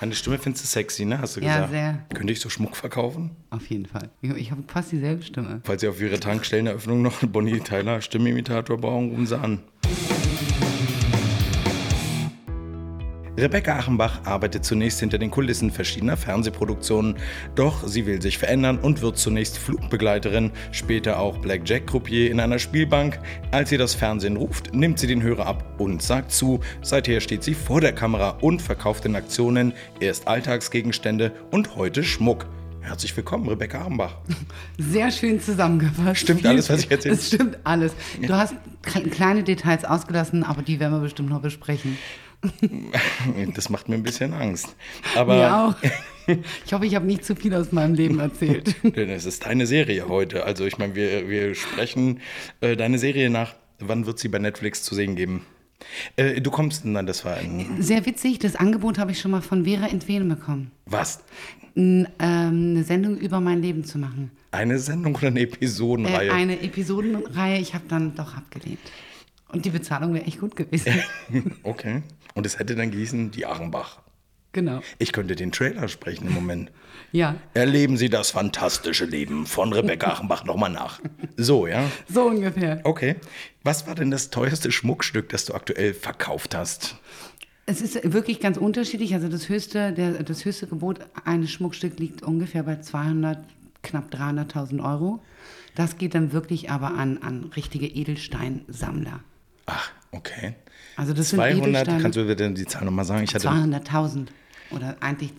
Meine Stimme findest du sexy, ne? Hast du Ja, gesagt. sehr. Könnte ich so Schmuck verkaufen? Auf jeden Fall. Ich, ich habe fast dieselbe Stimme. Falls ihr auf ihre Tankstelleneröffnung noch einen Bonnie Tyler Stimmimitator brauchen, rufen sie an. Rebecca Achenbach arbeitet zunächst hinter den Kulissen verschiedener Fernsehproduktionen, doch sie will sich verändern und wird zunächst Flugbegleiterin, später auch Blackjack-Croupier in einer Spielbank. Als sie das Fernsehen ruft, nimmt sie den Hörer ab und sagt zu. Seither steht sie vor der Kamera und verkauft in Aktionen erst Alltagsgegenstände und heute Schmuck. Herzlich willkommen, Rebecca Achenbach. Sehr schön zusammengefasst. Stimmt Vielen- alles, was ich erzählt Es stimmt alles. Du hast kle- kleine Details ausgelassen, aber die werden wir bestimmt noch besprechen. Das macht mir ein bisschen Angst. Aber Mir auch. Ich hoffe, ich habe nicht zu viel aus meinem Leben erzählt. Denn es ist deine Serie heute. Also ich meine, wir, wir sprechen äh, deine Serie nach. Wann wird sie bei Netflix zu sehen geben? Äh, du kommst, nein, das war ein, Sehr witzig, das Angebot habe ich schon mal von Vera Entwen bekommen. was? N, ähm, eine Sendung über mein Leben zu machen. Eine Sendung oder eine Episodenreihe? Äh, eine Episodenreihe, ich habe dann doch abgelehnt. Und die Bezahlung wäre echt gut gewesen. okay. Und es hätte dann gießen die Achenbach. genau. Ich könnte den Trailer sprechen im Moment. Ja, Erleben Sie das fantastische Leben von Rebecca Achenbach nochmal nach. So, ja? so ungefähr. Okay. Was war denn das teuerste Schmuckstück, das du aktuell verkauft hast? Es ist wirklich ganz unterschiedlich. Also das höchste, der, das höchste Gebot eines Schmuckstück liegt ungefähr bei 200, knapp 300.000 Euro. Das geht dann wirklich aber an, an richtige Edelsteinsammler. Ach, okay. Also das sind 200, Edelsteine. kannst du bitte die Zahl nochmal sagen? Ich hatte 200.000 oder eigentlich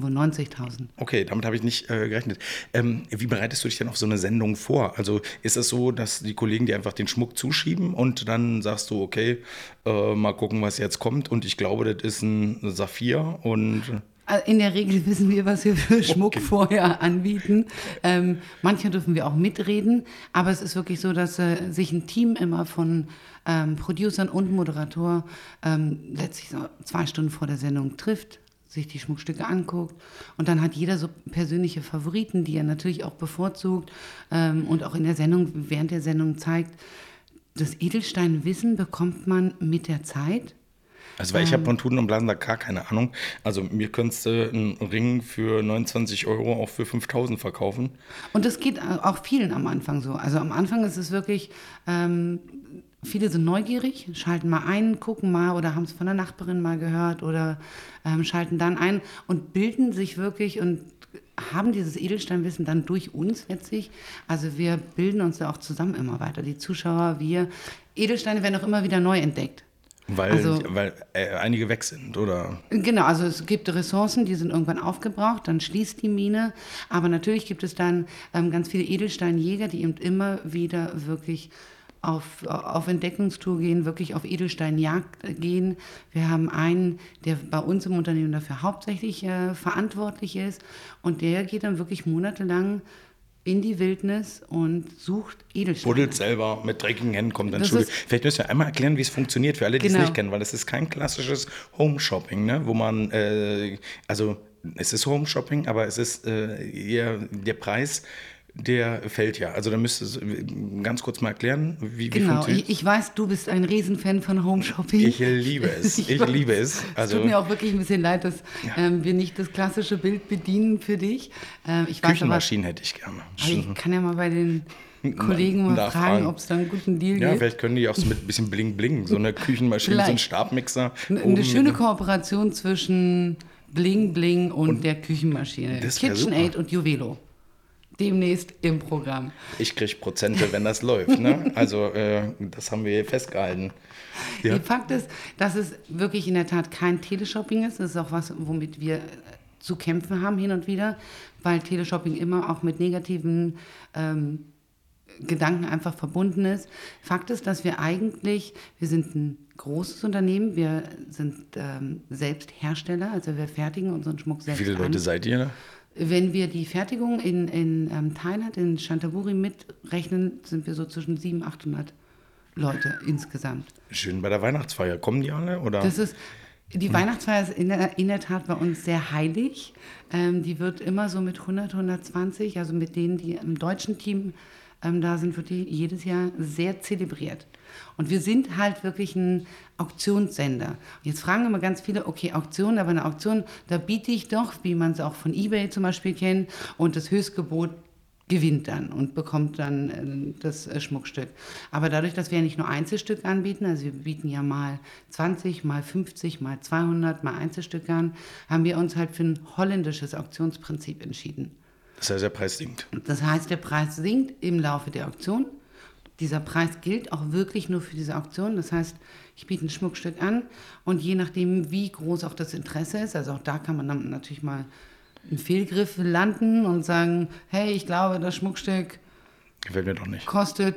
295.000. Okay, damit habe ich nicht äh, gerechnet. Ähm, wie bereitest du dich denn auf so eine Sendung vor? Also ist es so, dass die Kollegen dir einfach den Schmuck zuschieben und dann sagst du, okay, äh, mal gucken, was jetzt kommt. Und ich glaube, das ist ein Saphir und Also In der Regel wissen wir, was wir für Schmuck vorher anbieten. Ähm, manchmal dürfen wir auch mitreden, aber es ist wirklich so, dass äh, sich ein Team immer von ähm, Producern und Moderator ähm, letztlich so zwei Stunden vor der Sendung trifft, sich die Schmuckstücke anguckt und dann hat jeder so persönliche Favoriten, die er natürlich auch bevorzugt ähm, und auch in der Sendung, während der Sendung zeigt. Das Edelsteinwissen bekommt man mit der Zeit. Also, weil ich Ähm. habe von Tuten und Blasen da gar keine Ahnung. Also, mir könntest du einen Ring für 29 Euro auch für 5000 verkaufen. Und das geht auch vielen am Anfang so. Also am Anfang ist es wirklich, ähm, viele sind neugierig, schalten mal ein, gucken mal oder haben es von der Nachbarin mal gehört oder ähm, schalten dann ein und bilden sich wirklich und haben dieses Edelsteinwissen dann durch uns letztlich. Also wir bilden uns da auch zusammen immer weiter. Die Zuschauer, wir. Edelsteine werden auch immer wieder neu entdeckt. Weil, Also- weil äh, einige weg sind, oder? Genau, also es gibt Ressourcen, die sind irgendwann aufgebraucht, dann schließt die Mine. Aber natürlich gibt es dann ähm, ganz viele Edelsteinjäger, die eben immer wieder wirklich auf, auf Entdeckungstour gehen, wirklich auf Edelsteinjagd äh, gehen. Wir haben einen, der bei uns im Unternehmen dafür hauptsächlich äh, verantwortlich ist und der geht dann wirklich monatelang in die Wildnis und sucht Edelsteine. buddelt selber mit dreckigen Händen kommt dann Das Schule. ist- Vielleicht müssen wir einmal erklären, wie es funktioniert für alle, die es Genau. nicht kennen, weil es ist kein klassisches Home-Shopping, ne? wo man, äh, also es ist Home-Shopping, aber es ist äh, eher der Preis, der fällt ja. Also da müsstest du ganz kurz mal erklären, wie, wie Genau, funktioniert ich, ich weiß, du bist ein Riesenfan von Home Shopping. Ich liebe es. Ich weiß. liebe es. Also- es tut mir auch wirklich ein bisschen leid, dass Ja. ähm, wir nicht das klassische Bild bedienen für dich. Ähm, ich weiß aber, aber Küchenmaschinen hätte ich gerne. ich kann ja mal bei den Kollegen mal Nachfragen. fragen, ob es da einen guten Deal Ja, gibt. vielleicht können die auch so mit ein bisschen Bling-Bling, so eine Küchenmaschine, so ein Vielleicht. Stabmixer. Eine, oben eine mit schöne Kooperation zwischen Bling Bling und, der Küchenmaschine. Das wär KitchenAid und Juvelo. Demnächst im Programm. Ich krieg Prozente, wenn das läuft. Ne? Also äh, das haben wir hier festgehalten. Ja. Der Fakt ist, dass es wirklich in der Tat kein Teleshopping ist. Das ist auch was, womit wir äh, zu kämpfen haben hin und wieder, weil Teleshopping immer auch mit negativen ähm, Gedanken einfach verbunden ist. Fakt ist, dass wir eigentlich, wir sind ein großes Unternehmen, wir sind ähm, selbst Hersteller, also wir fertigen unseren Schmuck Wie selbst viele an. Leute seid ihr? Wenn wir die Fertigung in, in ähm, Thailand, in Chantaburi mitrechnen, sind wir so zwischen 700, 800 Leute insgesamt. Schön bei der Weihnachtsfeier. Kommen die alle? Oder? Das ist, die Weihnachtsfeier ist in der, in der Tat bei uns sehr heilig. Ähm, die wird immer so mit 100, 120, also mit denen, die im deutschen Team Ähm, da sind wir die jedes Jahr sehr zelebriert. Und wir sind halt wirklich ein Auktionssender. Jetzt fragen immer ganz viele, okay, Auktion, aber eine Auktion, da biete ich doch, wie man es auch von eBay zum Beispiel kennt, und das Höchstgebot gewinnt dann und bekommt dann äh, das äh, Schmuckstück. Aber dadurch, dass wir ja nicht nur Einzelstück anbieten, also wir bieten ja mal 20, mal 50, mal 200, mal Einzelstück an, haben wir uns halt für ein holländisches Auktionsprinzip entschieden. Das heißt, der Preis sinkt. Das heißt, der Preis sinkt im Laufe der Auktion. Dieser Preis gilt auch wirklich nur für diese Auktion. Das heißt, ich biete ein Schmuckstück an und je nachdem, wie groß auch das Interesse ist, also auch da kann man dann natürlich mal einen Fehlgriff landen und sagen, hey, ich glaube, das Schmuckstück Gefällt mir doch nicht. kostet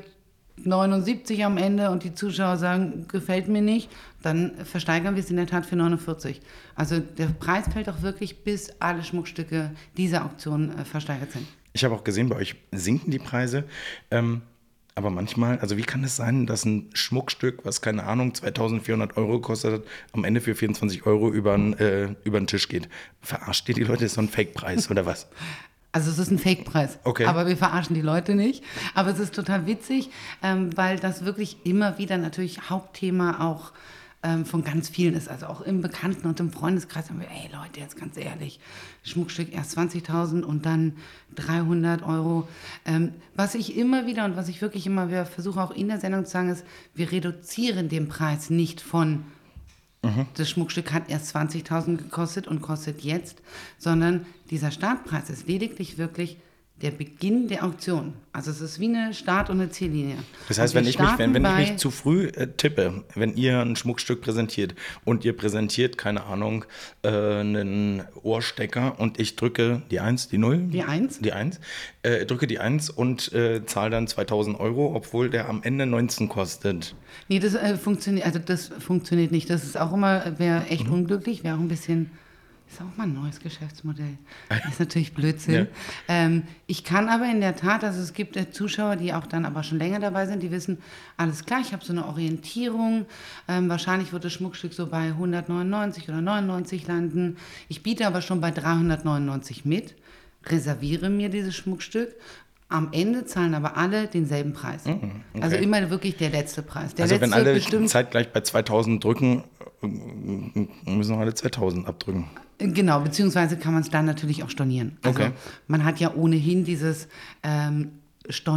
79 am Ende und die Zuschauer sagen, gefällt mir nicht, dann versteigern wir es in der Tat für 49. Also der Preis fällt auch wirklich, bis alle Schmuckstücke dieser Auktion äh, versteigert sind. Ich habe auch gesehen, bei euch sinken die Preise. Ähm, aber manchmal, also wie kann es sein, dass ein Schmuckstück, was keine Ahnung, 2400 Euro gekostet hat, am Ende für 24 Euro über den äh, übern Tisch geht? Verarscht ihr die Leute? Das ist so ein Fake-Preis oder was? Also es ist ein Fake-Preis, Okay. aber wir verarschen die Leute nicht. Aber es ist total witzig, ähm, weil das wirklich immer wieder natürlich Hauptthema auch ähm, von ganz vielen ist. Also auch im Bekannten- und im Freundeskreis haben wir, ey Leute, jetzt ganz ehrlich, Schmuckstück erst 20.000 und dann 300 Euro. Ähm, was ich immer wieder und was ich wirklich immer wieder versuche auch in der Sendung zu sagen ist, wir reduzieren den Preis nicht von das Schmuckstück hat erst 20.000 gekostet und kostet jetzt, sondern dieser Startpreis ist lediglich wirklich der Beginn der Auktion. Also es ist wie eine Start- und eine Ziellinie. Das heißt, Und wenn wir ich, mich, wenn, starten wenn ich bei- mich zu früh äh, tippe, wenn ihr ein Schmuckstück präsentiert und ihr präsentiert, keine Ahnung, äh, einen Ohrstecker und ich drücke die 1, die 0. Die 1. Die 1. Äh, drücke die 1 und äh, zahle dann 2000 Euro, obwohl der am Ende 19 kostet. Nee, das äh, funktioniert, also das funktioniert nicht. Das ist auch immer, wäre echt unglücklich, wäre auch ein bisschen, ist auch mal ein neues Geschäftsmodell. Ist natürlich Blödsinn. Ja. Ähm, ich kann aber in der Tat, also es gibt äh, Zuschauer, die auch dann aber schon länger dabei sind, die wissen, alles klar, ich habe so eine Orientierung. Ähm, wahrscheinlich wird das Schmuckstück so bei 199 oder 99 landen. Ich biete aber schon bei 399 mit, reserviere mir dieses Schmuckstück. Am Ende zahlen aber alle denselben Preis. Also immer wirklich der letzte Preis. Der also letzte wenn alle bestimmt, zeitgleich bei 2000 drücken, äh, müssen auch alle 2000 abdrücken. Genau, beziehungsweise kann man es dann natürlich auch stornieren. Also Okay. man hat ja ohnehin dieses ähm,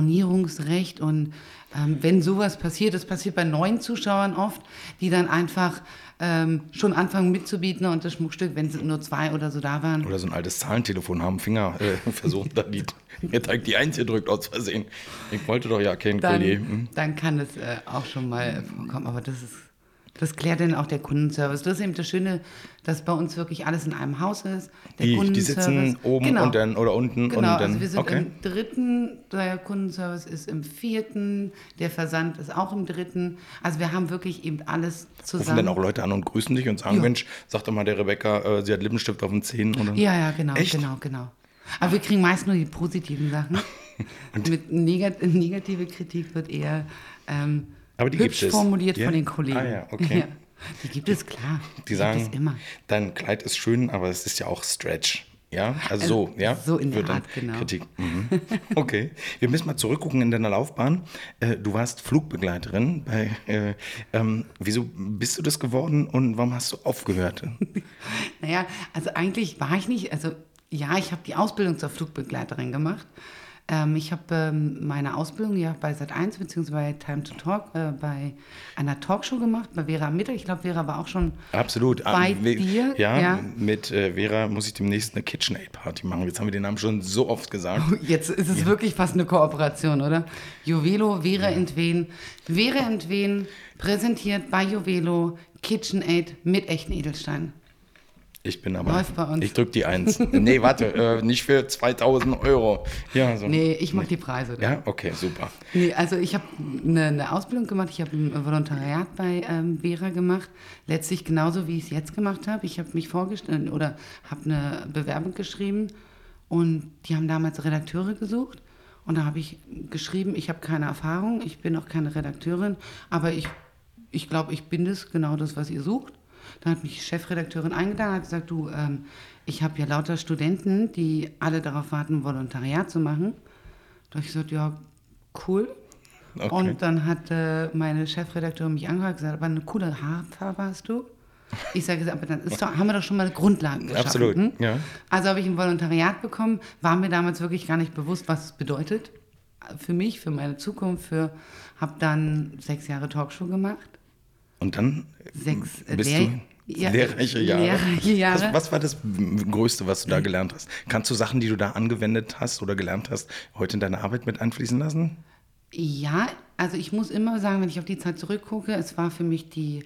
Stornierungsrecht und ähm, wenn sowas passiert, das passiert bei neuen Zuschauern oft, die dann einfach ähm, schon anfangen mitzubieten und das Schmuckstück, wenn es nur zwei oder so da waren, Oder so ein altes Zahlentelefon haben, Finger äh, versucht, dann die, mir direkt die 1 gedrückt aus Versehen. Ich wollte doch ja kein Collier. Hm. dann, dann kann es äh, auch schon mal vorkommen. Aber das ist, das klärt dann auch der Kundenservice. Das ist eben das Schöne, dass bei uns wirklich alles in einem Haus ist. Der Die, die sitzen Kundenservice- oben Genau. und dann oder unten Genau, und dann. also wir sind okay. im dritten, der Kundenservice ist im vierten, der Versand ist auch im dritten. Also wir haben wirklich eben alles Rufen zusammen. dann auch Leute an und grüßen dich und sagen, Ja. Mensch, sag doch mal der Rebecca, äh, sie hat Lippenstift auf den Zähnen. Und dann, ja, ja, genau, Echt? genau, genau. Aber wir kriegen meist nur die positiven Sachen. Mit negat negative Kritik wird eher ähm, Aber die hübsch gibt es. formuliert Ja? von den Kollegen. Ah, ja, okay. Die gibt es klar. Die sagen, gibt es immer. dein Kleid ist schön, aber es ist ja auch Stretch. Ja, also Also so, ja. so in der wird dann Art, genau. Kritik. Mhm. Okay. Wir müssen mal zurückgucken in deiner Laufbahn. Äh, Du warst Flugbegleiterin. Bei, äh, ähm, wieso bist du das geworden und warum hast du aufgehört? Naja, also eigentlich war ich nicht, also ja, ich habe die Ausbildung zur Flugbegleiterin gemacht. Ähm, ich habe ähm, meine Ausbildung ja bei Sat1 bzw. bei Time to Talk äh, bei einer Talkshow gemacht, bei Vera Mitter. Ich glaube, Vera war auch schon Absolut. Ah, bei we- dir. Ja, mit äh, Vera muss ich demnächst eine KitchenAid-Party machen. Jetzt haben wir den Namen schon so oft gesagt. Jetzt ist es wirklich fast eine Kooperation, oder? Juvelo, Vera Entwen. Vera Entwen präsentiert bei Juvelo KitchenAid mit echten Edelsteinen. Ich bin aber. Läuft bei uns. Ich drück die Eins. nee, warte, äh, nicht für 2000 Euro. Ja, so. Nee, ich mache die Preise. oder? Ja, okay, super. Nee, also ich habe eine, eine Ausbildung gemacht, ich habe ein Volontariat bei ähm, Vera gemacht, letztlich genauso wie ich es jetzt gemacht habe. Ich habe mich vorgestellt oder habe eine Bewerbung geschrieben und die haben damals Redakteure gesucht und da habe ich geschrieben, ich habe keine Erfahrung, ich bin auch keine Redakteurin, aber ich, ich glaube, ich bin das, genau das, was ihr sucht. Dann hat mich die Chefredakteurin eingeladen und hat gesagt, du, ähm, ich habe hier lauter Studenten, die alle darauf warten, ein Volontariat zu machen. Da habe ich gesagt, ja, cool. Okay. Und dann hat äh, meine Chefredakteurin mich angehört und gesagt, aber eine coole Haarfarbe hast du. Ich sage, aber dann ist doch, haben wir doch schon mal Grundlagen geschaffen. Absolut, hm? ja. Also habe ich ein Volontariat bekommen, war mir damals wirklich gar nicht bewusst, was es bedeutet. Für mich, für meine Zukunft, für, habe dann sechs Jahre Talkshow gemacht. Und dann Sechs, äh, bist Lehr- du Ja, lehrreiche Jahre. lehrreiche Jahre. Hm. Was, was war das Größte, was du da gelernt hast? Kannst du Sachen, die du da angewendet hast oder gelernt hast, heute in deine Arbeit mit einfließen lassen? Ja, also ich muss immer sagen, wenn ich auf die Zeit zurückgucke, es war für mich die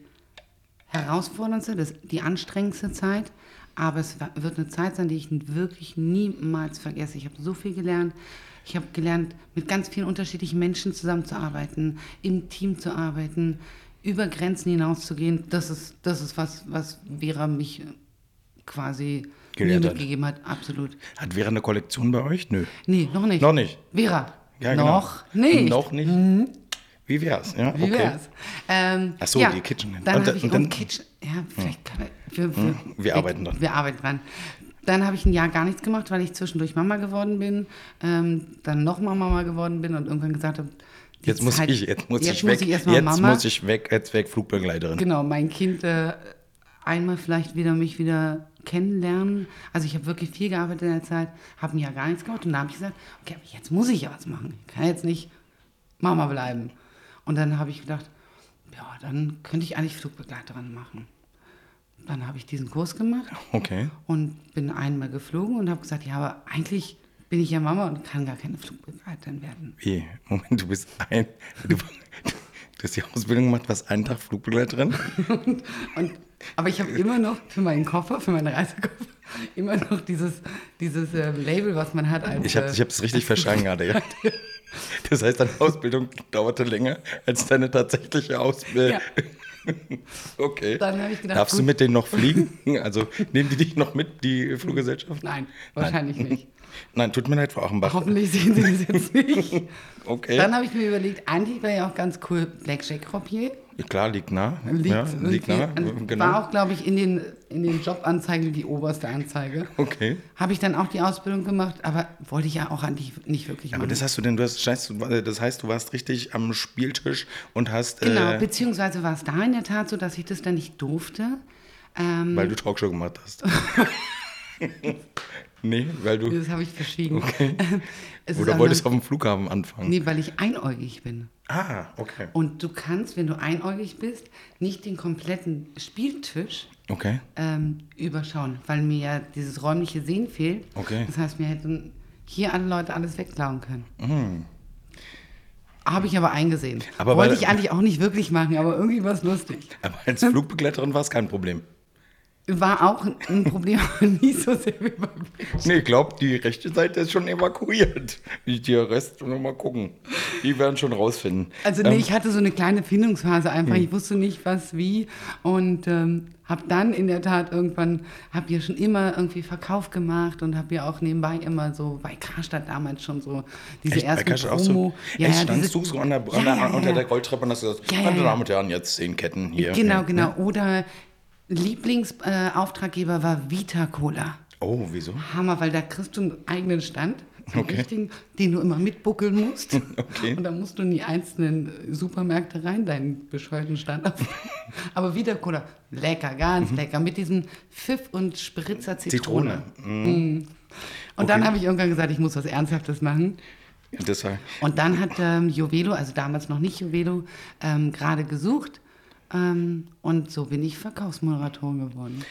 herausforderndste, das, die anstrengendste Zeit. Aber es wa- wird eine Zeit sein, die ich n- wirklich niemals vergesse. Ich habe so viel gelernt. Ich habe gelernt, mit ganz vielen unterschiedlichen Menschen zusammenzuarbeiten, im Team zu arbeiten, über Grenzen hinauszugehen. Das ist, das ist was, was Vera mich äh, quasi mir Gelehrt hat. mitgegeben hat. Absolut. Hat Vera eine Kollektion bei euch? Nö. Nee, noch nicht. Noch nicht. Vera, Ja, genau. noch nicht. Mhm. Noch nicht? Wie wär's? Ja, Wie okay. wär's? Ähm, Ach so, ja, die Kitchen. Dann Und da- habe ich und und dann- Hm. Kitchen. Ja, vielleicht kann ich, wir, wir, wir arbeiten dran. Wir arbeiten dran. Dann habe ich ein Jahr gar nichts gemacht, weil ich zwischendurch Mama geworden bin, ähm, dann nochmal Mama geworden bin und irgendwann gesagt habe, die Jetzt muss Zeit- ich, jetzt muss ich halt muss weg. ich jetzt erstmal Mama. muss ich weg, jetzt weg, Flugbegleiterin. Genau, mein Kind äh, einmal vielleicht wieder mich wieder kennenlernen. Also ich habe wirklich viel gearbeitet in der Zeit, habe mir ja gar nichts gemacht und dann habe ich gesagt, okay, aber jetzt muss ich ja was machen. Ich kann jetzt nicht Mama bleiben. Und dann habe ich gedacht, ja, dann könnte ich eigentlich Flugbegleiterin machen. Dann habe ich diesen Kurs gemacht Okay. und bin einmal geflogen und habe gesagt, ja, aber eigentlich bin ich ja Mama und kann gar keine Flugbegleiterin werden. Wie? Moment, du bist ein. Du, du hast die Ausbildung gemacht, warst einen Tag Flugbegleiterin? Und, aber ich habe immer noch für meinen Koffer, für meinen Reisekoffer, immer noch dieses, dieses äh, Label, was man hat. Als, Ich habe äh, es richtig verstanden gerade. Ja. Das heißt, deine Ausbildung dauerte länger als deine tatsächliche Ausbildung. äh, Ja. Okay. Dann habe ich gedacht, äh, Darfst du gut. mit denen noch fliegen? Also nehmen die dich noch mit, die Fluggesellschaft? Nein, wahrscheinlich nicht. Nein, tut mir leid, Frau Achenbach. Hoffentlich sehen Sie das jetzt nicht. Okay. Dann habe ich mir überlegt, eigentlich wäre ja auch ganz cool Blackjack-Croupier. Klar, liegt nah. Liegt, ja, irgendwie liegt nah. an- War Genau. auch, glaube ich, in den, in den Jobanzeigen die oberste Anzeige. Okay. Habe ich dann auch die Ausbildung gemacht, aber wollte ich ja auch eigentlich nicht wirklich machen. Aber das hast du denn, du hast, scheiß, du- das heißt, du warst richtig am Spieltisch und hast, genau, äh, beziehungsweise war es da in der Tat so, dass ich das dann nicht durfte. Ähm, weil du Talkshow gemacht hast. nee, weil du, Das habe ich verschwiegen. Es ist oder auch wolltest noch- auf dem Flughafen anfangen. Nee, weil ich einäugig bin. Ah, okay. Und du kannst, wenn du einäugig bist, nicht den kompletten Spieltisch Okay. ähm, überschauen, weil mir ja dieses räumliche Sehen fehlt. Okay. Das heißt, mir hätten hier alle Leute alles wegklauen können. Habe ich aber eingesehen. Mhm. Aber Wollte weil- ich eigentlich auch nicht wirklich machen, aber irgendwie war es lustig. Aber als Flugbegleiterin war es kein Problem. War auch ein Problem, aber nicht so sehr wie beim Nee, ich glaube, die rechte Seite ist schon evakuiert. Ich die Rest noch mal gucken. Die werden schon rausfinden. Ähm, Also nee, ich hatte so eine kleine Findungsphase einfach. Hm. Ich wusste nicht, was, wie und ähm, habe dann in der Tat irgendwann, habe ja schon immer irgendwie Verkauf gemacht und habe ja auch nebenbei immer so bei Karstadt damals schon so diese Echt, ersten Kascha, auch Promo. so, echt, standst du so an der, an der, Ja, ja, ja, unter ja. der Goldtreppe und hast gesagt, Ja, ja, meine ja. Damen und Herren, jetzt zehn Ketten hier. Genau, Ja. genau. Oder Lieblingsauftraggeber äh, Auftraggeber war Vita Cola. Oh, wieso? Hammer, weil da kriegst du einen eigenen Stand, so einen Okay. richtigen, den du immer mitbuckeln musst. Okay. Und da musst du in die einzelnen äh, Supermärkte rein, deinen bescheuerten Stand auf. Aber wieder Cola, lecker, ganz lecker, mit diesem Pfiff und Spritzer Zitrone. Mhm. Zitrone. Und dann Okay. habe ich irgendwann gesagt, ich muss was Ernsthaftes machen. Und Das war, Und dann hat ähm, Jovelo, also damals noch nicht Jovelo, ähm, gerade gesucht. Ähm, und so bin ich Verkaufsmoderatorin geworden.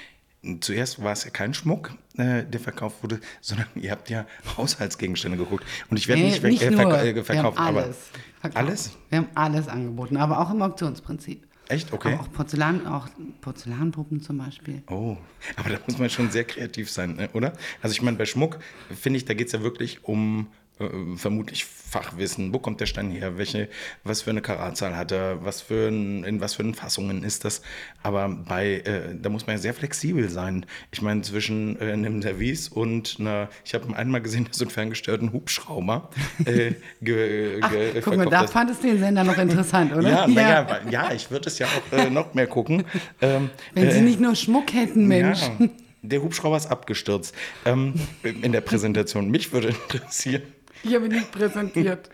zuerst war es ja kein Schmuck, äh, der verkauft wurde, sondern ihr habt ja Haushaltsgegenstände geguckt. Und ich werde Nee, nicht, ver äh, nur. verka äh, verkauft, wir haben aber alles verkauft. Alles? Wir haben alles angeboten, aber auch im Auktionsprinzip. echt okay. Aber auch Porzellan, auch Porzellanpuppen zum Beispiel. Oh, aber da muss man schon sehr kreativ sein, ne, oder? Also ich meine, bei Schmuck finde ich, da geht es ja wirklich um äh, vermutlich Fachwissen. Wo kommt der Stein her? Welche, was für eine Karatzahl hat er? Was für ein, in was für einen Fassungen ist das? Aber bei, äh, da muss man ja sehr flexibel sein. Ich meine, zwischen äh, einem Service und einer, ich habe einmal gesehen, dass so einen ferngesteuerten Hubschrauber äh, ge, Ach, ge, guck mal, verkauft da hast. fandest du den Sender noch interessant, oder? Ja, na ja. weil- ja, ich würde es ja auch äh, noch mehr gucken. Ähm, Wenn äh, sie nicht nur Schmuck hätten, Mensch. ja, der Hubschrauber ist abgestürzt. Ähm, in der Präsentation. Mich würde interessieren, Ich habe ihn nicht präsentiert.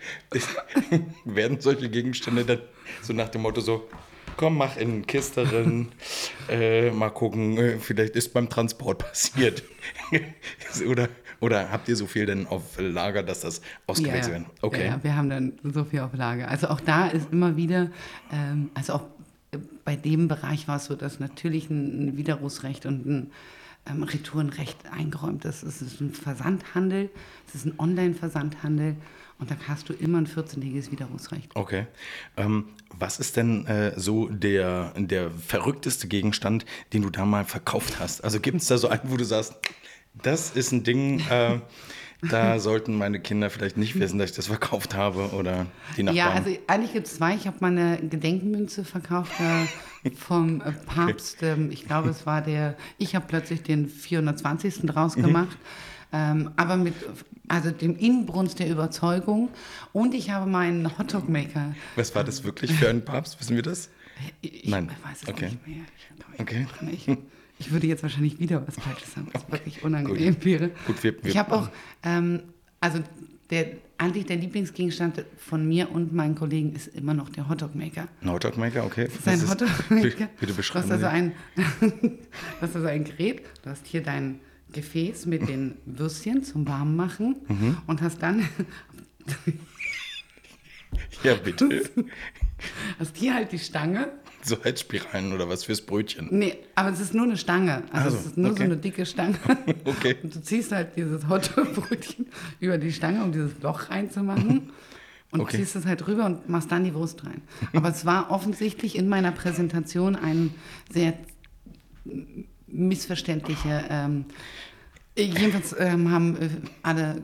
Werden solche Gegenstände dann so nach dem Motto so, komm, mach in den Kisterin, äh, mal gucken, äh, vielleicht ist beim Transport passiert. oder, oder habt ihr so viel denn auf Lager, dass das ausgewechselt ja, wird? Okay. Ja, wir haben dann so viel auf Lager. Also auch da ist immer wieder, ähm, also auch bei dem Bereich war es so, dass natürlich ein Widerrufsrecht und ein ähm, Retourenrecht eingeräumt ist. Es ist ein Versandhandel, es ist ein Online-Versandhandel und dann hast du immer ein 14-tägiges Widerrufsrecht. Okay. Ähm, was ist denn äh, so der, der verrückteste Gegenstand, den du da mal verkauft hast? Also gibt es da so einen, wo du sagst, das ist ein Ding, äh, da sollten meine Kinder vielleicht nicht wissen, dass ich das verkauft habe oder die Nachbarn? Ja, also eigentlich gibt es zwei. Ich habe meine Gedenkmünze verkauft äh, vom äh, Papst. Ähm, ich glaube, es war der, ich habe plötzlich den 420. draus Mhm. gemacht. Ähm, aber mit also dem Inbrunst der Überzeugung. Und ich habe meinen Hotdog-Maker. was war das wirklich für ein Papst? Wissen wir das? Ich, Nein. ich weiß es Okay. nicht mehr. Ich, glaub, ich, Okay. ich, ich würde jetzt wahrscheinlich wieder was Falsches sagen, was wirklich unangenehm wäre. Gut, wir- wir- ich habe auch, ähm, also der, eigentlich der Lieblingsgegenstand von mir und meinen Kollegen ist immer noch der Hotdog-Maker. Ein Hotdog-Maker, okay. Was Sein ist- Hotdog-Maker. Bi- Bitte beschreiben Du hast also Sie. ein, du hast also ein Gerät, du hast hier dein Gefäß mit den Würstchen zum Warmmachen Mhm. und hast dann Ja, bitte. hast hier halt die Stange. So Heizspiralen oder was fürs Brötchen. Nee, aber es ist nur eine Stange. Also, Also, es ist nur okay. so eine dicke Stange. Okay. Und du ziehst halt dieses Hotdog-Brötchen über die Stange, um dieses Loch reinzumachen. Und Okay. ziehst es halt rüber und machst dann die Wurst rein. Aber es war offensichtlich in meiner Präsentation ein sehr missverständliche. Ähm, jedenfalls ähm, haben äh, alle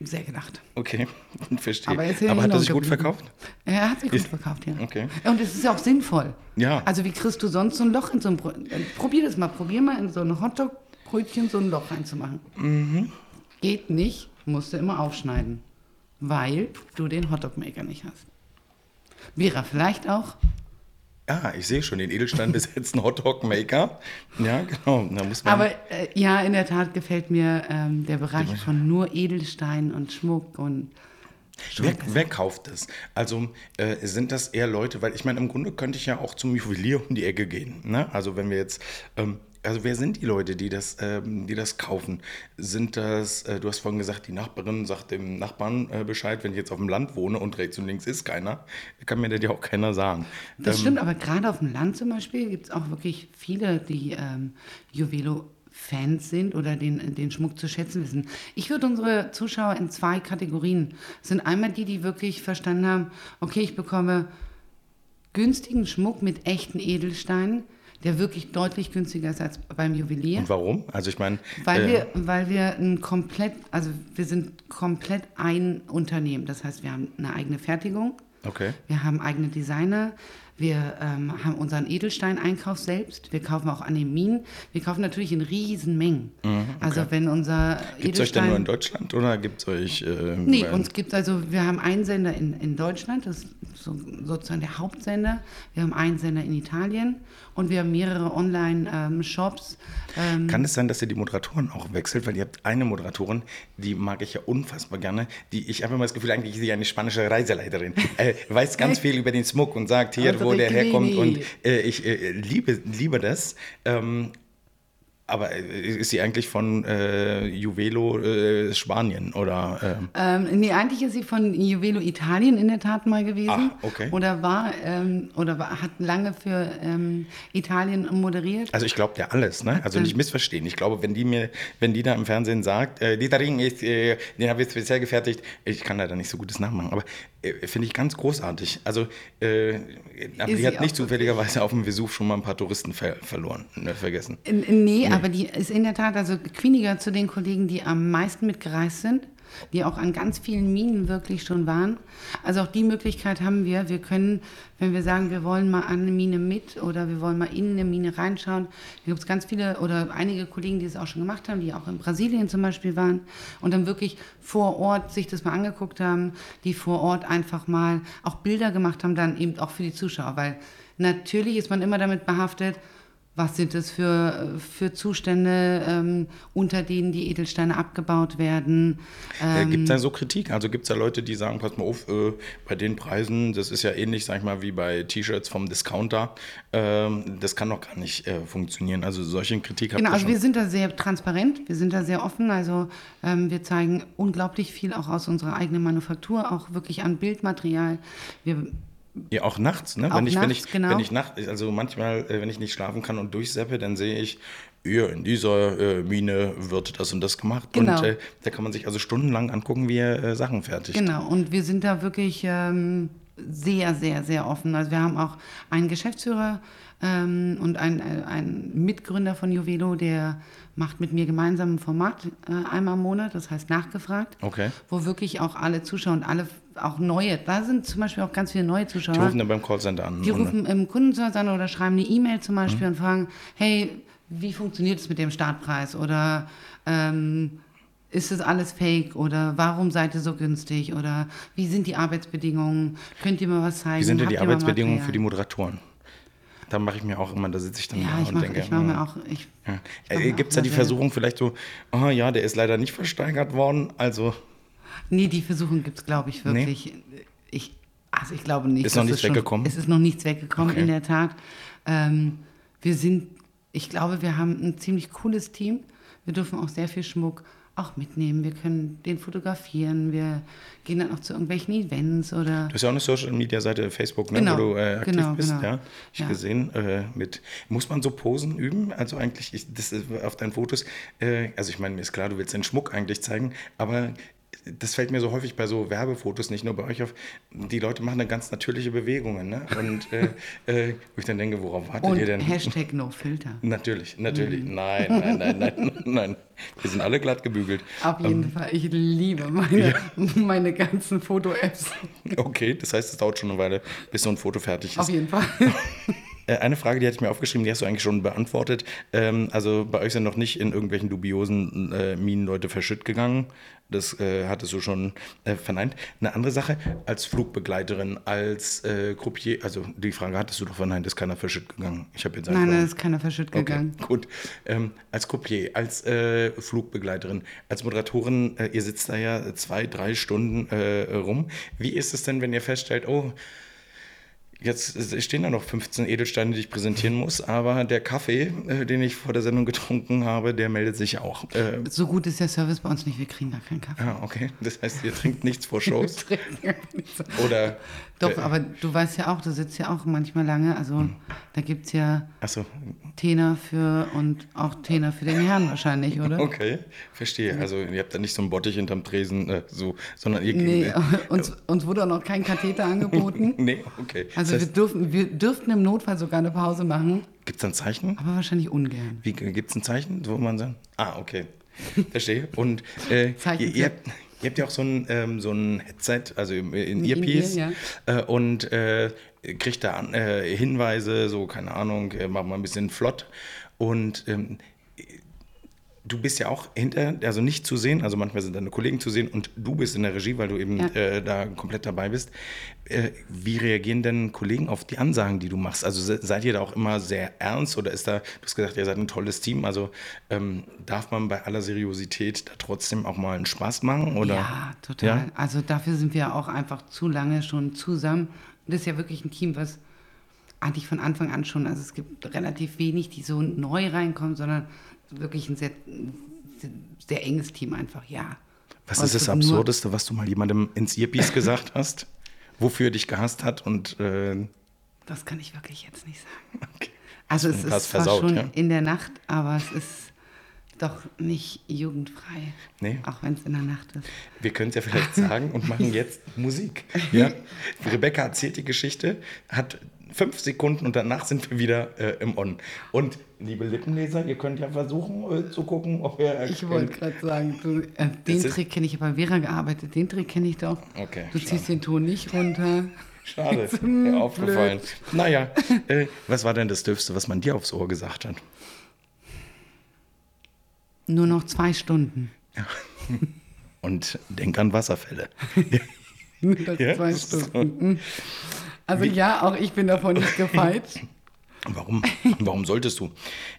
sehr gedacht. Okay, verstehe. Aber Aber, er ist in hat er Erinnerung sich gut geblieben. verkauft? Er hat sich gut verkauft, ja. Okay. Und es ist ja auch sinnvoll. Ja. Also wie kriegst du sonst so ein Loch in so ein Brötchen? Probier das mal. Probier mal in so ein Hotdog-Brötchen so ein Loch reinzumachen. Mhm. Geht nicht, musst du immer aufschneiden. Weil du den Hotdog-Maker nicht hast. Wäre er vielleicht auch. Ja, Ah, ich sehe schon, den Edelstein besetzten Hotdog-Maker. Ja, genau. Da muss man, Aber äh, ja, in der Tat gefällt mir ähm, der Bereich von nur Edelstein und Schmuck und wer, wer kauft das? Also äh, sind das eher Leute, weil ich meine, im Grunde könnte ich ja auch zum Juwelier um die Ecke gehen. Ne? Also wenn wir jetzt, ähm, also wer sind die Leute, die das, ähm, die das kaufen? Sind das, äh, du hast vorhin gesagt, die Nachbarin sagt dem Nachbarn äh, Bescheid, wenn ich jetzt auf dem Land wohne und rechts und links ist keiner, kann mir das ja auch keiner sagen. Ähm, Das stimmt, aber gerade auf dem Land zum Beispiel gibt es auch wirklich viele, die ähm, Juwelo-Fans sind oder den, den Schmuck zu schätzen wissen. Ich würde unsere Zuschauer in zwei Kategorien. Es sind einmal die, die wirklich verstanden haben, okay, ich bekomme günstigen Schmuck mit echten Edelsteinen, der wirklich deutlich günstiger ist als beim Juwelier. Und warum? Also ich meine, Weil, äh, wir, weil wir ein komplett, also wir sind komplett ein Unternehmen. Das heißt, wir haben eine eigene Fertigung. okay. Wir haben eigene Designer, wir ähm, haben unseren Edelstein-Einkauf selbst, wir kaufen auch Anemien, wir kaufen natürlich in riesen Mengen. Also wenn unser Gibt es Mhm, euch denn nur in Deutschland oder gibt es euch. Äh, Nee, bei- uns gibt also, wir haben einen Sender in, in Deutschland, das ist so, sozusagen der Hauptsender. Wir haben einen Sender in Italien und wir haben mehrere Online-Shops. ähm, Kann es sein, dass ihr die Moderatoren auch wechselt? Weil ihr habt eine Moderatorin, die mag ich ja unfassbar gerne. Die, ich habe immer das Gefühl, eigentlich ist sie eine spanische Reiseleiterin. Äh, weiß ganz viel über den Schmuck und sagt hier, Also wo der herkommt. Und Bikini. äh, ich äh, liebe, liebe das. Ähm, aber äh, ist sie eigentlich von äh, Juvelo äh, Spanien oder ähm, Ähm, nee, eigentlich ist sie von Juvelo Italien in der Tat mal gewesen. Ah, okay. Oder war, ähm, oder war, hat lange für ähm, Italien moderiert. Also ich glaube ja alles, ne? Mhm. Also nicht missverstehen. Ich glaube, wenn die mir, wenn die da im Fernsehen sagt, äh, dieser Ring ist, äh, den habe ich speziell gefertigt, ich kann leider nicht so gutes nachmachen, aber äh, finde ich ganz großartig. Also äh, aber Ist die sie hat nicht auch zufälligerweise auf dem Vesuv schon mal ein paar Touristen ver verloren, ne? vergessen. N- Nee, aber die ist in der Tat, also Quiniger zu den Kollegen, die am meisten mitgereist sind, die auch an ganz vielen Minen wirklich schon waren. Also auch die Möglichkeit haben wir. Wir können, wenn wir sagen, wir wollen mal an eine Mine mit oder wir wollen mal in eine Mine reinschauen, da gibt es ganz viele oder einige Kollegen, die es auch schon gemacht haben, die auch in Brasilien zum Beispiel waren und dann wirklich vor Ort sich das mal angeguckt haben, die vor Ort einfach mal auch Bilder gemacht haben, dann eben auch für die Zuschauer, weil natürlich ist man immer damit behaftet, was sind es für, für Zustände, ähm, unter denen die Edelsteine abgebaut werden. Äh, Ähm, gibt es da so Kritik? Also gibt es da Leute, die sagen, pass mal auf, äh, bei den Preisen, das ist ja ähnlich, sag ich mal, wie bei T-Shirts vom Discounter, ähm, das kann doch gar nicht äh, funktionieren. Also solche Kritik habt Genau, ihr also schon. wir sind da sehr transparent, wir sind da sehr offen. Also ähm, wir zeigen unglaublich viel auch aus unserer eigenen Manufaktur, auch wirklich an Bildmaterial. Wir, Ja, auch nachts, ne? Auch wenn ich, wenn nachts, ich, genau. wenn ich nachts, also manchmal, äh, wenn ich nicht schlafen kann und durchseppe, dann sehe ich, ja, in dieser äh, Mine wird das und das gemacht. Genau. Und äh, da kann man sich also stundenlang angucken, wie er äh, Sachen fertigt. Genau, und wir sind da wirklich ähm, sehr, sehr, sehr offen. Also wir haben auch einen Geschäftsführer ähm, und einen, äh, einen Mitgründer von Juvelo, der macht mit mir gemeinsam ein Format äh, einmal im Monat, das heißt nachgefragt, Okay. wo wirklich auch alle Zuschauer und alle auch neue, da sind zum Beispiel auch ganz viele neue Zuschauer. Die rufen dann beim Callcenter an. ne? Mhm. Die und- rufen im Kundenservice an oder schreiben eine E-Mail zum Beispiel und fragen, hey, wie funktioniert es mit dem Startpreis? Oder ähm, ist es alles fake? Oder warum seid ihr so günstig? Oder wie sind die Arbeitsbedingungen? Könnt ihr mir was zeigen? äh, Wie sind denn die Habt ihr mal Arbeitsbedingungen für die Material? Moderatoren? Da mache ich mir auch immer, da sitze ich dann da Ja, ich und mache denke. mach mir hm. auch... Ich, Ja. mach mir Äh, Gibt es auch da die immer selber. Versuchung vielleicht so, ah ja, der ist leider nicht versteigert worden, also Nee, die Versuchung gibt es, glaube ich, wirklich. Ich, also ich glaube nicht. Ist noch dass nichts es schon- weggekommen? Es ist noch nichts weggekommen, Okay. in der Tat. Ähm, wir sind, ich glaube, wir haben ein ziemlich cooles Team. Wir dürfen auch sehr viel Schmuck auch mitnehmen. Wir können den fotografieren. Wir gehen dann auch zu irgendwelchen Events oder... Du hast ja auch eine Social-Media-Seite, Facebook, ne, Genau, wo du äh, aktiv genau, bist. genau. Ja, ich Ja. gesehen. Äh, mit muss man so Posen üben? Also eigentlich, ich, das ist auf deinen Fotos. Äh, also ich meine, mir ist klar, du willst den Schmuck eigentlich zeigen, aber das fällt mir so häufig bei so Werbefotos, nicht nur bei euch auf. Die Leute machen dann ganz natürliche Bewegungen, ne? Und äh, äh, wo ich dann denke, worauf wartet Und ihr denn? Hashtag Mhm. No Filter. Natürlich, natürlich. Nein, nein, nein, nein, nein. Wir sind alle glatt gebügelt. Auf Ähm, jeden Fall, ich liebe meine, meine ganzen Foto-Apps. Okay, das heißt, es dauert schon eine Weile, bis so ein Foto fertig ist. Auf jeden Fall. Äh, Eine Frage, die hatte ich mir aufgeschrieben, die hast du eigentlich schon beantwortet. Ähm, also bei euch sind noch nicht in irgendwelchen dubiosen äh, Minen Leute verschütt gegangen. Das äh, hattest du schon äh, verneint. Eine andere Sache, als Flugbegleiterin, als äh, Croupier, also die Frage hattest du doch verneint, ist keiner verschütt gegangen. Ich habe jetzt Nein, da einfach- ist keiner verschütt gegangen. Okay, gut. Ähm, als Croupier, als äh, Flugbegleiterin, als Moderatorin, äh, ihr sitzt da ja zwei, drei Stunden äh, rum. Wie ist es denn, wenn ihr feststellt, oh, jetzt äh, stehen da noch 15 Edelsteine, die ich präsentieren muss, aber der Kaffee, äh, den ich vor der Sendung getrunken habe, der meldet sich auch. Äh, So gut ist der Service bei uns nicht, wir kriegen gar keinen Kaffee. ah, okay. Das heißt, ihr trinkt nichts vor Shows oder. äh, Doch, aber du weißt ja auch, du sitzt ja auch manchmal lange. Also Hm. da gibt es ja Achso, Tena für und auch Tena für den Herrn wahrscheinlich, oder? okay, verstehe. Also ihr habt da nicht so einen Bottich hinterm Tresen, äh, so, sondern ihr Nee, also uns, uns wurde auch noch kein Katheter angeboten. Nee, okay. Also das wir, dürfen, wir dürften im Notfall sogar eine Pause machen, Gibt es da ein Zeichen? aber wahrscheinlich ungern. Wie gibt es ein Zeichen, wo man sagt? Ah, okay. Verstehe. Und äh, Zeichen ihr, für- ihr, habt, ihr habt ja auch so ein, ähm, so ein Headset, also in, in Earpiece. Ear, äh, und äh, kriegt da an, äh, Hinweise, so, keine Ahnung, äh, mach mal ein bisschen flott. Und ähm, du bist ja auch hinter, also nicht zu sehen, also manchmal sind deine Kollegen zu sehen und du bist in der Regie, weil du eben Ja. äh, da komplett dabei bist. Äh, wie reagieren denn Kollegen auf die Ansagen, die du machst? Also se- seid ihr da auch immer sehr ernst oder ist da, du hast gesagt, ihr seid ein tolles Team, also ähm, darf man bei aller Seriosität da trotzdem auch mal einen Spaß machen? Oder? Ja, total. Ja? Also dafür sind wir auch einfach zu lange schon zusammen. Und das ist ja wirklich ein Team, was eigentlich von Anfang an schon, also es gibt relativ wenig, die so neu reinkommen, sondern wirklich ein sehr, sehr enges Team einfach, ja. Was Und ist das nur- Absurdeste, was du mal jemandem ins Earpiece gesagt hast? Wofür er dich gehasst hat und äh, Das kann ich wirklich jetzt nicht sagen. Also Das es ist fast ist zwar versaut, schon ja. in der Nacht, aber es ist doch nicht jugendfrei. Nee. Auch wenn es in der Nacht ist. Wir können es ja vielleicht sagen und machen jetzt Musik. Ja? Rebecca erzählt die Geschichte, hat fünf Sekunden und danach sind wir wieder äh, im On. Und liebe Lippenleser, ihr könnt ja versuchen äh, zu gucken, ob ihr Ich erkennt. wollte gerade sagen, du, äh, den ist- Trick kenne ich, ich habe bei Vera gearbeitet, den Trick kenne ich doch. Okay, Du ziehst den Ton nicht runter. Schade, mir aufgefallen. Naja, äh, was war denn das Dürfste, was man dir aufs Ohr gesagt hat? Nur noch zwei Stunden. Und denk an Wasserfälle. Nur noch Ja, zwei Hm. so. Stunden. Also ja, auch ich bin davon nicht gefeit. Warum? Warum solltest du?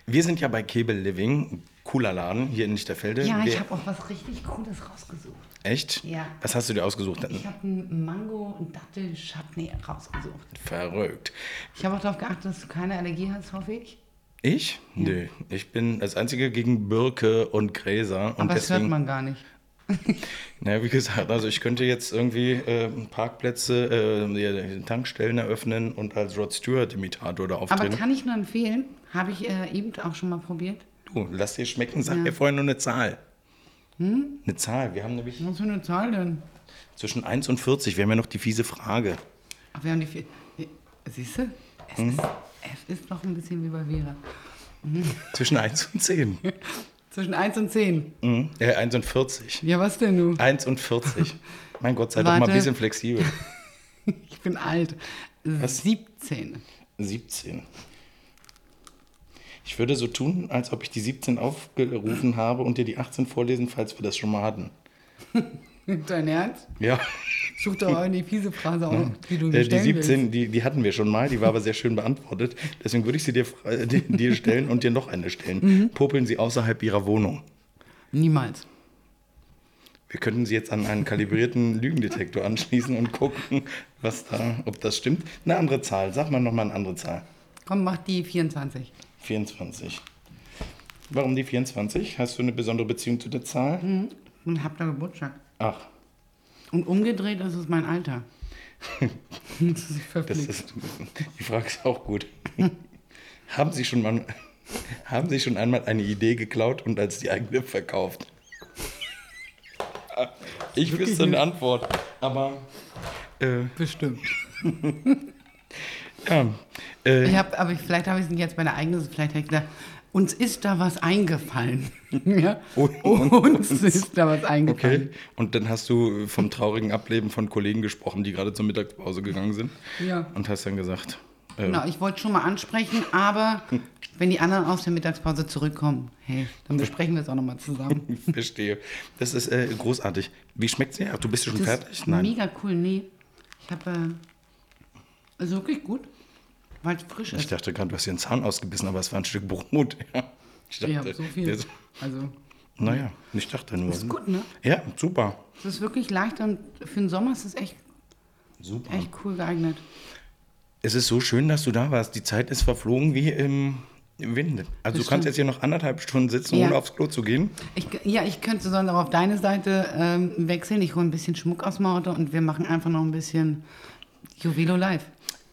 Wir sind ja bei Kebel Living, cooler Laden hier in Lichterfelde. Ja, Wir, ich habe auch was richtig Cooles rausgesucht. echt? Ja. Was hast du dir ausgesucht? Dann? Ich habe einen Mango- und Dattel-Chutney rausgesucht. Verrückt. Ich habe auch darauf geachtet, dass du keine Allergie hast, hoffe ich. Ich? Nö. Ich bin das Einzige gegen Birke und Gräser. Und Aber das deswegen, hört man gar nicht. Na, wie gesagt, also ich könnte jetzt irgendwie äh, Parkplätze, äh, Tankstellen eröffnen und als Rod Stewart-Imitator da Aber auftreten. kann ich nur empfehlen, habe ich äh, eben auch schon mal probiert. Du, lass dir schmecken, sag Ja. Hm? mir vorher nur eine Zahl. Eine Zahl. Wir haben nämlich Was für eine Zahl denn? zwischen 1 und 40. Wir haben ja noch die fiese Frage. Ach, wir haben die vier. Siehst du? Es, Hm? ist, es ist noch ein bisschen wie bei Vera. Zwischen 1 und 10. Zwischen 1 und 10. Mhm. Äh, 1 und 40. Ja, was denn nun? 1 und 40. Mein Gott, sei doch mal ein Warte. bisschen flexibel. Ich bin alt. 17. 17. Ich würde so tun, als ob ich die 17 aufgerufen habe und dir die 18 vorlesen, falls wir das schon mal hatten. Dein Ernst? Ja, Such doch auch die fiese Phrase aus, die du mir äh, die stellen 17, die, die hatten wir schon mal, die war aber sehr schön beantwortet. Deswegen würde ich sie dir, äh, dir- dir stellen und dir noch eine stellen. Mhm. Popeln Sie außerhalb Ihrer Wohnung. willst. Niemals. Wir könnten sie jetzt an einen kalibrierten Lügendetektor anschließen und gucken, was da, ob das stimmt. Eine andere Zahl, sag mal nochmal eine andere Zahl. Komm, mach die 24. 24. Warum die 24? Hast du eine besondere Beziehung zu der Zahl? Und hab da Geburtstag. Ach, Und umgedreht ist es mein Alter. das ist das verflixt. ist, die Frage ist auch gut. haben, sie schon mal, haben Sie schon einmal eine Idee geklaut und als die eigene verkauft? ich wüsste eine Antwort, aber äh, Bestimmt. ja, äh, Ich hab, aber ich, vielleicht habe ich es nicht jetzt bei der eigenen, vielleicht hätte ich gedacht, uns ist da was eingefallen. ja? Und- uns ist da was Okay, eingefallen. und dann hast du vom traurigen Ableben von Kollegen gesprochen, die gerade zur Mittagspause gegangen sind. Ja. Und hast dann gesagt, äh, Genau, ich wollte schon mal ansprechen, aber wenn die anderen aus der Mittagspause zurückkommen, hey, dann besprechen wir es auch nochmal zusammen. ich verstehe. Das ist äh, großartig. Wie schmeckt sie? Ach, du bist schon Das fertig? ist Nein. mega cool, nee. Ich habe, äh, ist wirklich gut, weil es frisch Ich ist. dachte gerade, du hast dir einen Zahn ausgebissen, aber es war ein Stück Brot. Ja. Ich dachte, äh, Ich habe so viel. jetzt- Also, naja, ich dachte nur. ist gut, ne? Ja, super. Es ist wirklich leicht und für den Sommer ist es echt, Super. echt cool geeignet. Es ist so schön, dass du da warst. Die Zeit ist verflogen wie im Wind. Also du Das kannst stimmt. jetzt hier noch anderthalb Stunden sitzen, Ja. ohne aufs Klo zu gehen. Ich, ja, ich könnte sonst auch auf deine Seite ähm, wechseln. Ich hole ein bisschen Schmuck aus dem Auto und wir machen einfach noch ein bisschen Juvelo live.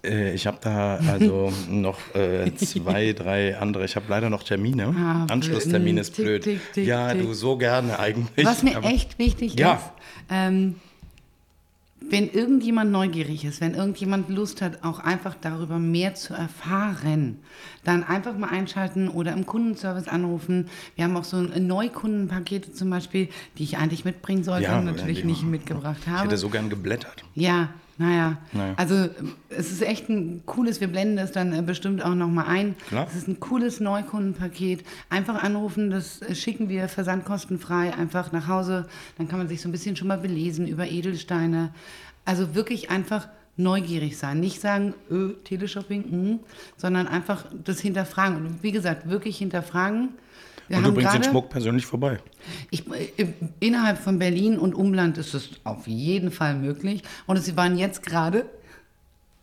Äh, ich habe da also noch äh, zwei, drei andere. Ich habe leider noch Termine. Ah, Anschlusstermin blöd. ist Tick, blöd. tick, tick, ja, tick. du so gerne eigentlich. Was mir aber- echt wichtig Ja. ist, ähm, wenn irgendjemand neugierig ist, wenn irgendjemand Lust hat, auch einfach darüber mehr zu erfahren, dann einfach mal einschalten oder im Kundenservice anrufen. Wir haben auch so ein Neukundenpakete zum Beispiel, die ich eigentlich mitbringen sollte Ja, und natürlich ja. nicht mitgebracht Ich habe. hätte so gern geblättert. Ja, naja. Naja. Also ähm, es ist echt ein cooles, wir blenden das dann äh, bestimmt auch nochmal ein. Klar. Es ist ein cooles Neukundenpaket. Einfach anrufen, das äh, schicken wir versandkostenfrei einfach nach Hause. Dann kann man sich so ein bisschen schon mal belesen über Edelsteine. Also wirklich einfach neugierig sein. Nicht sagen, öh, Teleshopping, hm, sondern einfach das hinterfragen. Und wie gesagt, wirklich hinterfragen. Wir Und du haben bringst den gerade- Schmuck persönlich vorbei. ich, im- innerhalb von Berlin und Umland ist es auf jeden Fall möglich. Und es waren jetzt gerade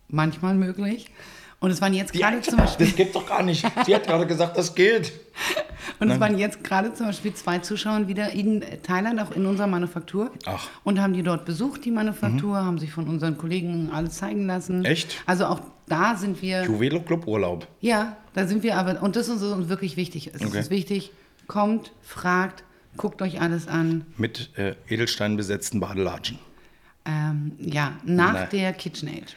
manchmal möglich. Und es waren jetzt gerade zum Beispiel, das geht doch gar nicht. Sie hat gerade gesagt, das geht. und es waren jetzt gerade zum Beispiel zwei Zuschauer wieder in Thailand, auch in unserer Manufaktur. Ach. Mhm. Und haben die dort besucht, die Manufaktur, haben sich von unseren Kollegen alles zeigen lassen. Echt? Also auch da sind wir. Juvelo Club Urlaub. Ja, da sind wir aber, und das ist uns wirklich wichtig. Es Okay. ist wichtig, kommt, fragt, guckt euch alles an. Mit äh, Edelstein besetzten Badelatschen. Ähm, ja, nach Na. der KitchenAid.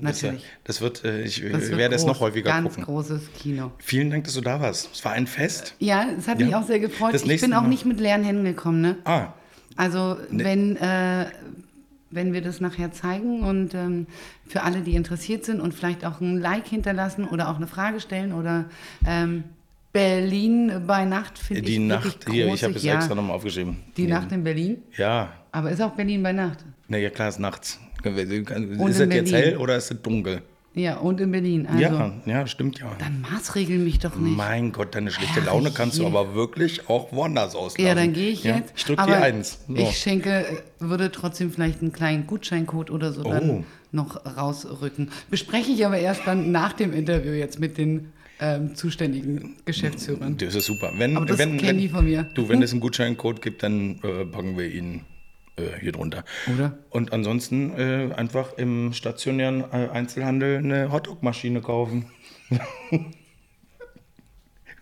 Natürlich. Das, äh, das wird, äh, ich äh, Das wird werde es noch groß, häufiger ganz gucken. großes Kino. Vielen Dank, dass du da warst. Es war ein Fest. Ja, es hat Ja. mich auch sehr gefreut. Das ich nächste bin auch Mal. nicht mit leeren Händen gekommen, ne? Ah, Also wenn, äh, wenn wir das nachher zeigen und ähm, für alle, die interessiert sind und vielleicht auch ein Like hinterlassen oder auch eine Frage stellen oder ähm, Berlin bei Nacht finde ich die wirklich Nacht hier, ich habe es großig. ja, extra nochmal aufgeschrieben. Die Nacht in Berlin, Ja, aber ist auch Berlin bei Nacht. Na ja, klar, ist nachts. Ist in es jetzt Berlin. hell oder ist es dunkel? Ja, und in Berlin. Also, Ja, ja, stimmt ja. Dann maßregeln mich doch nicht. Mein Gott, deine schlechte Ja, Laune kannst du je. aber wirklich auch woanders auslassen. Ja, dann gehe ich jetzt. ich drück aber die Eins. So. Ich schenke, äh, würde trotzdem vielleicht einen kleinen Gutscheincode oder so Oh. dann noch rausrücken. Bespreche ich aber erst dann nach dem Interview jetzt mit den ähm, zuständigen Geschäftsführern. Das ist super. Wenn, Aber das wenn, kennen wenn, die von mir. Hm? Du, wenn es einen Gutscheincode gibt, dann äh, packen wir ihn äh, hier drunter. Oder? Und ansonsten äh, einfach im stationären äh, Einzelhandel eine Hotdog-Maschine kaufen.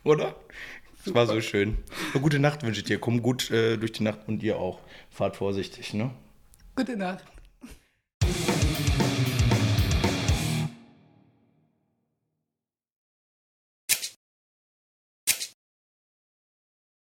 Oder? Es war so schön. Eine gute Nacht wünsche ich dir. Komm gut äh, durch die Nacht und ihr auch. Fahrt vorsichtig, ne? Gute Nacht.